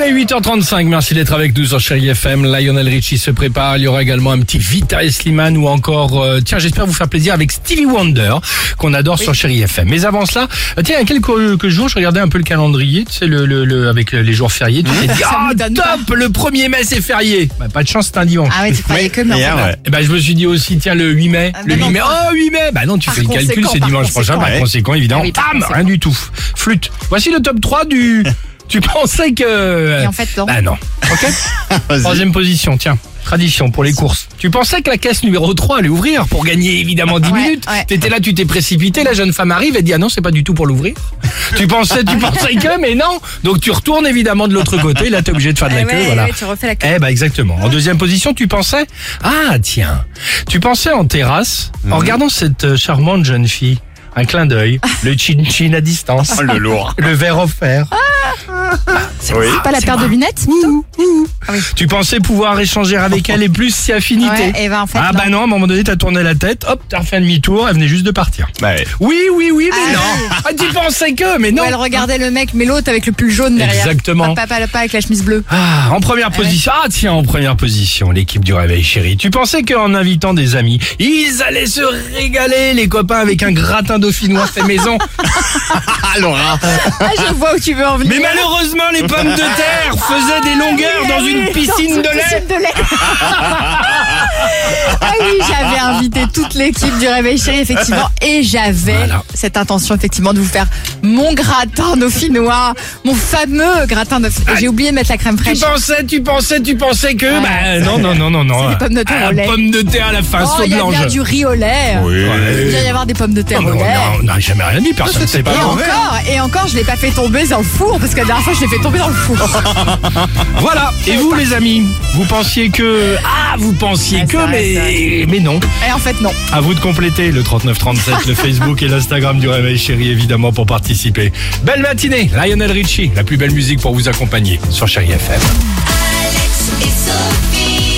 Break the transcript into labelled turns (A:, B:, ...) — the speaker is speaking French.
A: 8h35, merci d'être avec nous sur Chéri FM. Lionel Richie se prépare. Il y aura également un petit Vita et Slimane ou encore, euh, tiens, j'espère vous faire plaisir avec Stevie Wonder qu'on adore sur Chéri FM. Mais avant cela, euh, tiens, il y a quelques, quelques jours, je regardais un peu le calendrier, tu sais, le, le, le- avec les jours fériés. Tu t'es dit, ah,
B: Mmh. m'étonne pas.
A: top, le 1er mai c'est férié. Bah, pas de chance, c'est un dimanche.
B: Ah ouais, tu parlais que
C: Hier,
B: maintenant.
C: ouais.
A: Eh ben, je me suis dit aussi, tiens, le 8 mai.
B: Ah,
A: le
B: ben
A: 8
B: non.
A: mai. Oh, 8 mai Bah non, tu
B: Par
A: fais le calcul,
B: conséquent,
A: c'est
B: par
A: dimanche prochain, par
B: conséquent, ouais.
A: conséquent, évidemment.
B: Ah oui, par
A: Tam,
B: conséquent.
A: rien du tout. Flûte. Voici le top 3 du. tu pensais que.
B: Et en fait, non.
A: Bah non. Ok
C: Vas-y.
A: Troisième position, tiens. Tradition pour les courses. Tu pensais que la caisse numéro 3 allait ouvrir pour gagner évidemment 10
B: Ouais,
A: minutes.
B: ouais.
A: T'étais là, tu t'es précipité, la jeune femme arrive et dit ah non, c'est pas du tout pour l'ouvrir. tu pensais, tu pensais que, mais non. Donc tu retournes évidemment de l'autre côté, là t'es obligé de faire de la
B: Ah
A: queue,
B: ouais,
A: voilà.
B: ouais, tu refais la queue.
A: Eh ben exactement. En deuxième position, tu pensais Ah tiens, tu pensais en terrasse en regardant cette euh, charmante jeune fille, un clin d'œil, le chin chin à distance,
B: Ah.
C: Oh, le lourd.
A: le verre offert.
C: Oui.
A: Ah,
B: C'est pas la paire de lunettes
A: Tu pensais pouvoir échanger avec elle et plus si affinité.
B: Ouais, eh ben, en fait,
A: ah
B: non.
A: bah non, à un moment donné, t'as tourné la tête, hop, t'as refait un demi-tour, elle venait juste de partir.
C: Bah ouais.
A: Oui, oui, oui, mais
B: Ah
A: non. Ah, tu pensais que, mais non.
B: Où elle regardait le mec, mais l'autre avec le pull jaune derrière.
A: Exactement.
B: Pas, pas, pas, pas avec la chemise bleue.
A: Ah, en première position. Ah tiens, en première position, l'équipe du réveil chéri. Tu pensais qu'en invitant des amis, ils allaient se régaler, les copains, avec un gratin dauphinois fait maison.
C: Ah, Laura.
B: Ah, je vois où tu veux en venir.
A: Mais malheureusement, les pommes de terre faisaient des longueurs dans
B: Oui,
A: une
B: oui,
A: piscine
B: dans
A: de
B: une
A: lait.
B: piscine de lait. ah oui, j'avais invité toute l'équipe du Réveil Chéri, effectivement, et j'avais
A: Voilà.
B: cette intention, effectivement, de vous faire mon gratin dauphinois, mon fameux gratin dauphinois. J'ai oublié de mettre la crème
A: Ah, Tu
B: fraîche. Ah.
A: pensais, tu pensais, tu pensais que, bah non, non, non, non, non.
B: C'est des pommes de terre
A: Ah,
B: au lait.
A: pommes de terre à la fin,
B: Oh,
A: sauce
B: il y a
A: blanche.
B: bien du riz au lait.
C: Oui.
B: Il doit y avoir des pommes de terre
A: Oh,
B: au
A: non,
B: lait.
A: non, on n'a jamais rien dit, personne. C'est pas
B: Et
A: mauvais.
B: encore, et encore, je l'ai pas fait tomber dans le four parce que la dernière fois je l'ai fait tomber dans le four.
A: Voilà. Et vous, les amis, vous pensiez que, ah, vous pensiez
B: Ouais,
A: que,
B: ça,
A: mais, mais non.
B: Et en fait non.
A: À vous de compléter le 3937, le Facebook et l'Instagram du Réveil Chéri, évidemment, pour participer. Belle matinée, Lionel Richie, la plus belle musique pour vous accompagner sur Chéri FM.
D: Alex et Sophie.